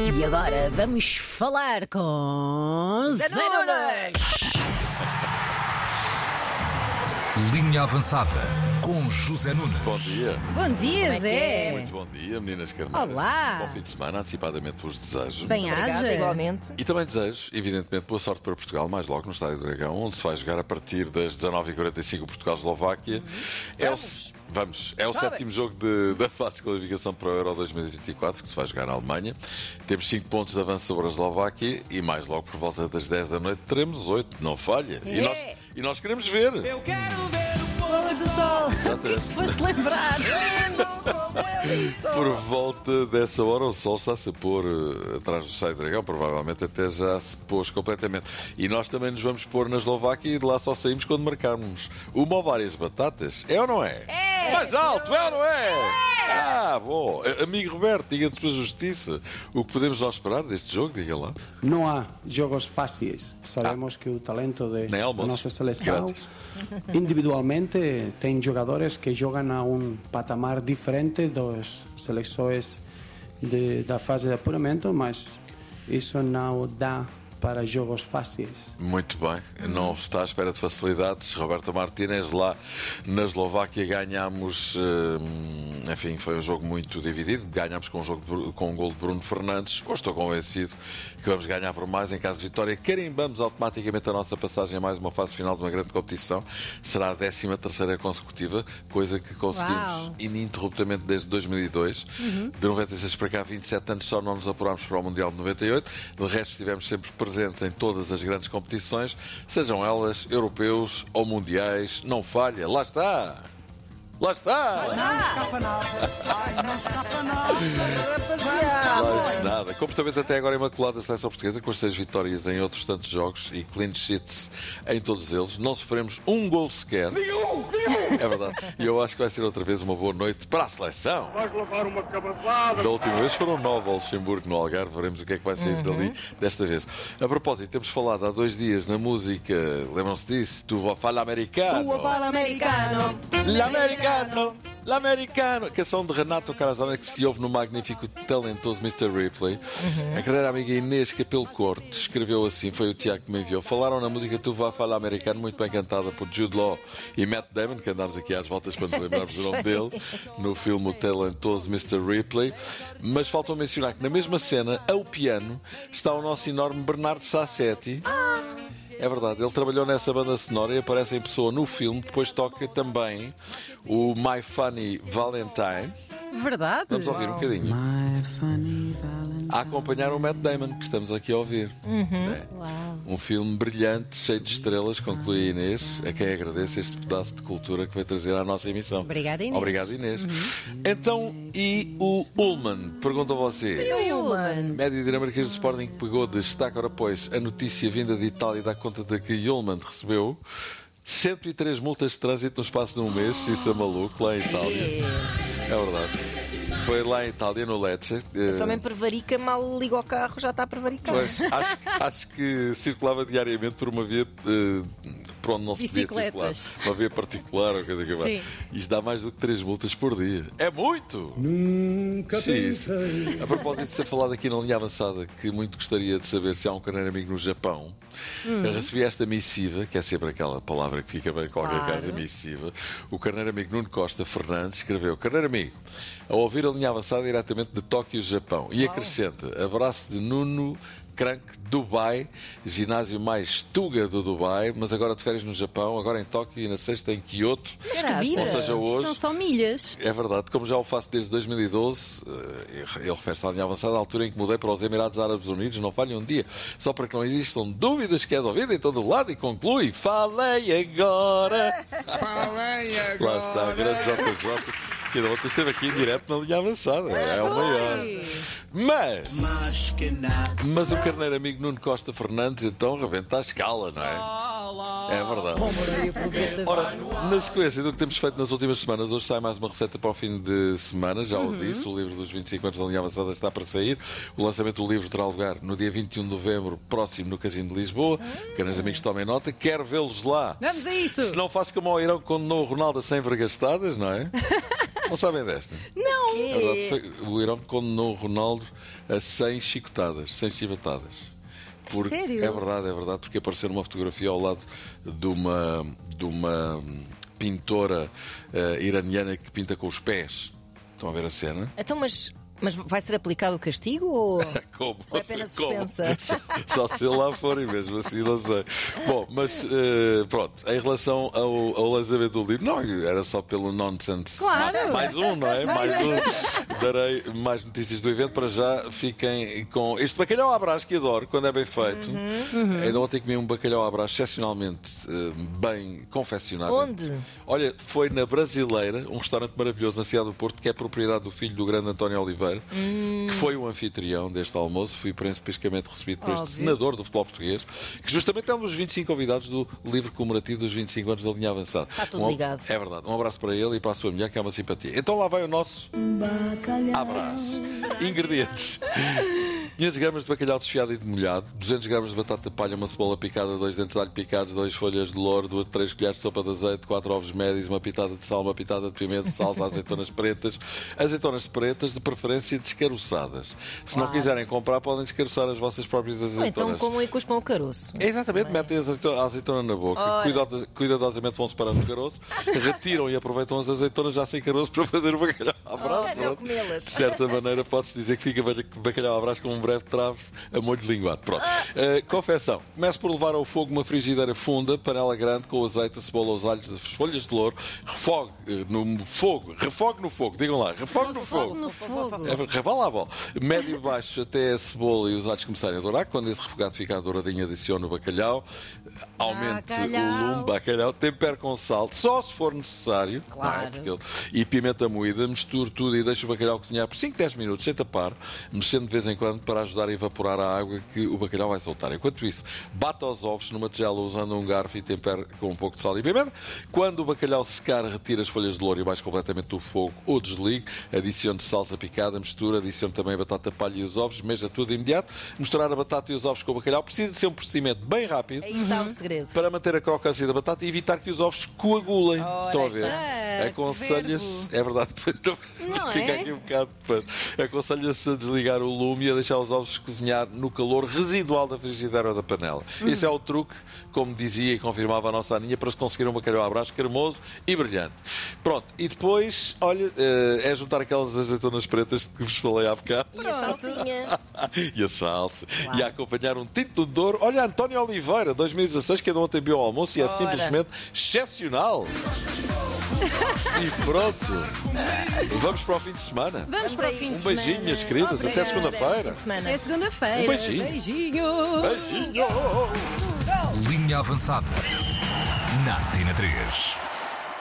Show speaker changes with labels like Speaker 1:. Speaker 1: E agora vamos falar com. Zé Nunes!
Speaker 2: Linha Avançada com José Nunes.
Speaker 3: Bom dia.
Speaker 4: Bom
Speaker 1: é
Speaker 4: dia, Zé.
Speaker 3: Muito bom dia, meninas carneiras.
Speaker 4: É.
Speaker 3: Um
Speaker 4: Olá.
Speaker 3: Bom fim de semana, antecipadamente vos desejo.
Speaker 4: Bem haja.
Speaker 5: igualmente.
Speaker 3: E também desejo, evidentemente, boa sorte para Portugal, mais logo no Estádio do Dragão, onde se vai jogar a partir das 19h45 Portugal-Eslováquia. É o, vamos, é o sétimo jogo de- da fase de qualificação para o Euro 2024, que se vai jogar na Alemanha. Temos 5 pontos de avanço sobre a Eslováquia e mais logo por volta das 10 da noite teremos 8, não falha.
Speaker 4: É.
Speaker 3: E, nós, e nós queremos ver.
Speaker 6: Eu quero ver o
Speaker 4: Boas do sol.
Speaker 3: Exatamente.
Speaker 4: Foste lembrar.
Speaker 3: Por volta dessa hora o sol está a se pôr eh, atrás do Saio Dragão, provavelmente até já se pôs completamente. E nós também nos vamos pôr na Eslováquia e de lá só saímos quando marcarmos uma ou várias batatas. É ou não é? É! Mais alto, é ou não é? Ah, bom. Eh, Amigo Roberto, diga-nos pela justiça o que podemos nós esperar deste jogo, diga lá.
Speaker 7: No há jogos fáciles. Sabemos que o talento de
Speaker 3: Nem
Speaker 7: da
Speaker 3: almoço.
Speaker 7: nossa seleção
Speaker 3: Grátis.
Speaker 7: individualmente tem jogadores que jogam a um patamar diferente dos seleções de- da fase de apuramento, mas isso não dá para jogos fáceis.
Speaker 3: Muito bem, não está à espera de facilidades. Roberto Martínez, lá na Eslováquia ganhámos, eh, enfim, foi um jogo muito dividido. Ganhámos com, um jogo de Bru- com um gol de Bruno Fernandes. Hoje estou convencido que vamos ganhar por mais em caso de vitória. Carimbamos automaticamente a nossa passagem a mais uma fase final de uma grande competição. Será a 13 terceira consecutiva, coisa que conseguimos
Speaker 4: Uau.
Speaker 3: ininterruptamente desde 2002. De 96 para cá, 27 anos, só não nos apurámos para o Mundial de 98. De resto, estivemos sempre presentes em todas as grandes competições, sejam elas europeus ou mundiais. Não falha, lá está! Lá está! Mais nada. Comportamento até agora imaculado da seleção portuguesa, com as seis vitórias em outros tantos jogos e clean sheets em todos eles. Não sofremos um gol sequer. É verdade. E eu acho que vai ser outra vez uma boa noite para a seleção. Vais levar uma cabeçada. Da última vez foram nove ao Luxemburgo, no Algarve. Veremos o que é que vai sair dali desta vez. A propósito, temos falado há dois dias na música, lembram-se disso, Tu Fala Americano.
Speaker 5: americano.
Speaker 3: L'americano, l'americano. Canção de Renato Carazana que se ouve no magnífico talentoso Mr. Ripley. A querida amiga Inês Capelo Corte escreveu assim, foi o Tiago que me enviou. Falaram na música Tu Vá Falar Americano, muito bem cantada por Jude Law e Matt Damon, que andámos aqui às voltas para nos lembrarmos do nome dele, no filme O Talentoso Mr. Ripley. Mas faltou mencionar que na mesma cena, ao piano, está o nosso enorme Bernardo Sassetti. É verdade, ele trabalhou nessa banda sonora e aparece em pessoa no filme, depois toca também o My Funny Valentine.
Speaker 4: Verdade?
Speaker 3: Vamos ouvir um bocadinho. A acompanhar o Matt Damon, que estamos aqui a ouvir. É. Um filme brilhante, cheio de estrelas, conclui a Inês, a quem agradeço este pedaço de cultura que vai trazer à nossa emissão.
Speaker 4: Obrigada, Inês. Uhum.
Speaker 3: Obrigado, Inês. Então, e o Ullman? Pergunto a vocês.
Speaker 4: Então, Human.
Speaker 3: Médio dinamarquês do Sporting que pegou de destaque ora pois a notícia vinda de Itália dá conta de que Yolman recebeu 103 multas de trânsito no espaço de um mês,
Speaker 4: Ah.
Speaker 3: se isso é maluco, lá em Itália. É verdade. Foi lá em Itália, no Lecce.
Speaker 4: É
Speaker 3: eh,
Speaker 5: Esse homem prevarica, mal liga ao carro, já está prevaricado.
Speaker 3: pois, acho, acho que circulava diariamente por uma via eh, por onde não se podia circular.
Speaker 4: Bicicletas.
Speaker 3: Uma via particular ou coisa que vai.
Speaker 4: Sim.
Speaker 3: Isto dá mais do que 3 multas por dia. É muito!
Speaker 6: Nunca
Speaker 3: Sim, isso. A propósito de ser falado aqui na linha avançada, que muito gostaria de saber se há um carneiro amigo no Japão.
Speaker 4: Hum.
Speaker 3: Eu recebi esta missiva, que é sempre aquela palavra que fica bem em qualquer
Speaker 4: Claro.
Speaker 3: casa, missiva. O carneiro amigo Nuno Costa Fernandes escreveu: Carneiro amigo, ao ouvir a linha avançada diretamente de Tóquio, Japão. E acrescenta: abraço de Nuno. Crank Dubai, ginásio mais tuga do Dubai, mas agora de férias no Japão, agora em Tóquio e na sexta em Kyoto.
Speaker 4: Graças.
Speaker 5: vida.
Speaker 3: Ou seja, hoje-
Speaker 4: São só milhas.
Speaker 3: É verdade, como já o faço desde 2012, eh, ele refere-se à linha avançada, à altura em que mudei para os Emirados Árabes Unidos, não falha um dia. Só para que não existam dúvidas que és ouvido em todo o lado e conclui: Falei agora!
Speaker 6: Falei
Speaker 3: Lá está, o grande JJ, que ainda ontem esteve aqui em direto na linha avançada. É o maior. Mas,
Speaker 6: Mas que nada.
Speaker 3: mas o carneiro amigo Nuno Costa Fernandes então rebenta a escala, não é? É verdade.
Speaker 4: Morei o foguete.
Speaker 3: Ora, na sequência do que temos feito nas últimas semanas, hoje sai mais uma receita para o fim de semana, já
Speaker 4: Uhum.
Speaker 3: o disse, o livro dos 25 anos da linha avançada está para sair. O lançamento do livro terá lugar no dia 21 de novembro, próximo no Casino de Lisboa. Caros amigos, tomem nota, quero vê-los lá.
Speaker 4: Ah. Vamos a isso.
Speaker 3: Se não faço como ao Irão que condenou o Ronaldo a 100 vergastadas, não é? Não sabem desta?
Speaker 5: Não!
Speaker 3: É verdade, foi- o Irão condenou o Ronaldo a 100 chicotadas, 100 chibatadas. Porque-
Speaker 5: Sério?
Speaker 3: É verdade, é verdade, porque apareceu uma fotografia ao lado de uma, de uma hum, pintora eh, iraniana que pinta com os pés. Estão a ver a cena?
Speaker 5: Então, mas, mas vai ser aplicado o castigo ou.
Speaker 3: Como?
Speaker 5: Ou é apenas
Speaker 3: Como?
Speaker 5: suspensa?
Speaker 3: Só, só se ele lá for e mesmo assim não sei. Bom, mas eh, pronto, em relação ao, ao lançamento do livro, não, era só pelo nonsense.
Speaker 5: Claro.
Speaker 3: Ma- Mais um, não é? Mais um. Darei mais notícias do evento para já. Fiquem com este bacalhau à brás que adoro quando é bem feito.
Speaker 5: Uhum.
Speaker 3: Ainda ontem comi um bacalhau à brás excepcionalmente eh, bem confeccionado.
Speaker 5: Onde?
Speaker 3: Olha, foi na Brasileira, um restaurante maravilhoso na cidade do Porto, que é propriedade do filho do grande António Oliveira,
Speaker 5: Hum.
Speaker 3: que foi o anfitrião deste almoço. Fui principalmente recebido por este
Speaker 5: Óbvio.
Speaker 3: senador do futebol português, que justamente é um dos 25 convidados do livro comemorativo dos 25 anos da linha avançada.
Speaker 5: Está Tá tudo
Speaker 3: Um ab-
Speaker 5: ligado.
Speaker 3: É verdade. Um abraço para ele e para a sua mulher, que é uma simpatia. Então lá vai o nosso abraço. Ingredientes. 500 gramas de bacalhau desfiado e demolhado, 200 gramas de batata palha, uma cebola picada, dois dentes de alho picados, duas folhas de louro, duas, três colheres de sopa de azeite, quatro ovos médios, uma pitada de sal, uma pitada de pimenta, salsa, azeitonas pretas, azeitonas pretas de preferência descaroçadas. Se não quiserem comprar, podem descaroçar as vossas próprias
Speaker 5: Ou
Speaker 3: azeitonas.
Speaker 5: então comam e cuspam o caroço.
Speaker 3: É, Exatamente, metem as azeito- a azeitona na boca,
Speaker 5: Ora.
Speaker 3: cuidado- cuidadosamente vão separando o caroço, retiram e aproveitam as azeitonas já sem caroço para fazer o bacalhau à brás.
Speaker 5: é melhor
Speaker 3: pronto.
Speaker 5: comê-las.
Speaker 3: De certa maneira, pode-se dizer que fica bac- bacalhau à brás com um breve trave a molho de linguado. Pronto. Eh, confecção: comece por levar ao fogo uma frigideira funda, panela grande com azeite, a cebola, os alhos, as folhas de louro, refogue eh, no fogo, refogue no fogo, digam lá, refogue no fogo.
Speaker 5: No fogo.
Speaker 3: É, verdade, vá lá, bom. Médio e baixo até a cebola e os alhos começarem a dourar. Quando esse refogado ficar douradinho, adicione o bacalhau, aumente o
Speaker 5: Bacalhau.
Speaker 3: lume, bacalhau, tempere com sal, só se for necessário.
Speaker 4: Claro.
Speaker 3: não é? Porque ele- E pimenta moída, misture tudo e deixe o bacalhau cozinhar por 5, 10 minutos, sem tapar, mexendo de vez em quando para ajudar a evaporar a água que o bacalhau vai soltar. Enquanto isso, bata os ovos numa tigela usando um garfo e tempere com um pouco de sal e pimenta. Quando o bacalhau secar, retire as folhas de louro e baixe completamente do fogo ou desligue. Adicione salsa picada, mistura, adicione também a batata palha e os ovos, mexa tudo de imediato. Misturar a batata e os ovos com o bacalhau precisa de ser um procedimento bem rápido
Speaker 5: Aí está o segredo.
Speaker 3: para manter a crocância da batata e evitar que os ovos coagulem.
Speaker 5: Ora,
Speaker 3: Estão a ver?
Speaker 4: está.
Speaker 3: Aconselha-se. É verdade, depois também
Speaker 4: É, Não
Speaker 3: fica
Speaker 4: é?
Speaker 3: aqui um bocado depois. Aconselha-se a desligar o lume e a deixar os ovos cozinhar no calor residual da frigideira ou da panela.
Speaker 4: Hum.
Speaker 3: Esse é o truque, como dizia e confirmava a nossa Aninha, para se conseguir um bacalhau à brás cremoso e brilhante. Pronto, e depois, olha, eh, é juntar aquelas azeitonas pretas que vos falei há bocado
Speaker 5: E a salsinha.
Speaker 3: e a salsa. E a acompanhar um título de ouro. Olha, António Oliveira, 2016, que ainda ontem viu ao almoço e é
Speaker 5: Ora.
Speaker 3: simplesmente excepcional. e pronto. Vamos para o fim de semana.
Speaker 4: Vamos para o fim de
Speaker 3: Um
Speaker 4: semana.
Speaker 3: beijinho, minhas queridas. Até
Speaker 5: Obrigada.
Speaker 3: segunda-feira.
Speaker 5: Fim de semana.
Speaker 4: É segunda-feira.
Speaker 3: Um beijinho.
Speaker 4: Beijinho.
Speaker 3: Beijinho.
Speaker 2: Linha avançada. Na Tina 3.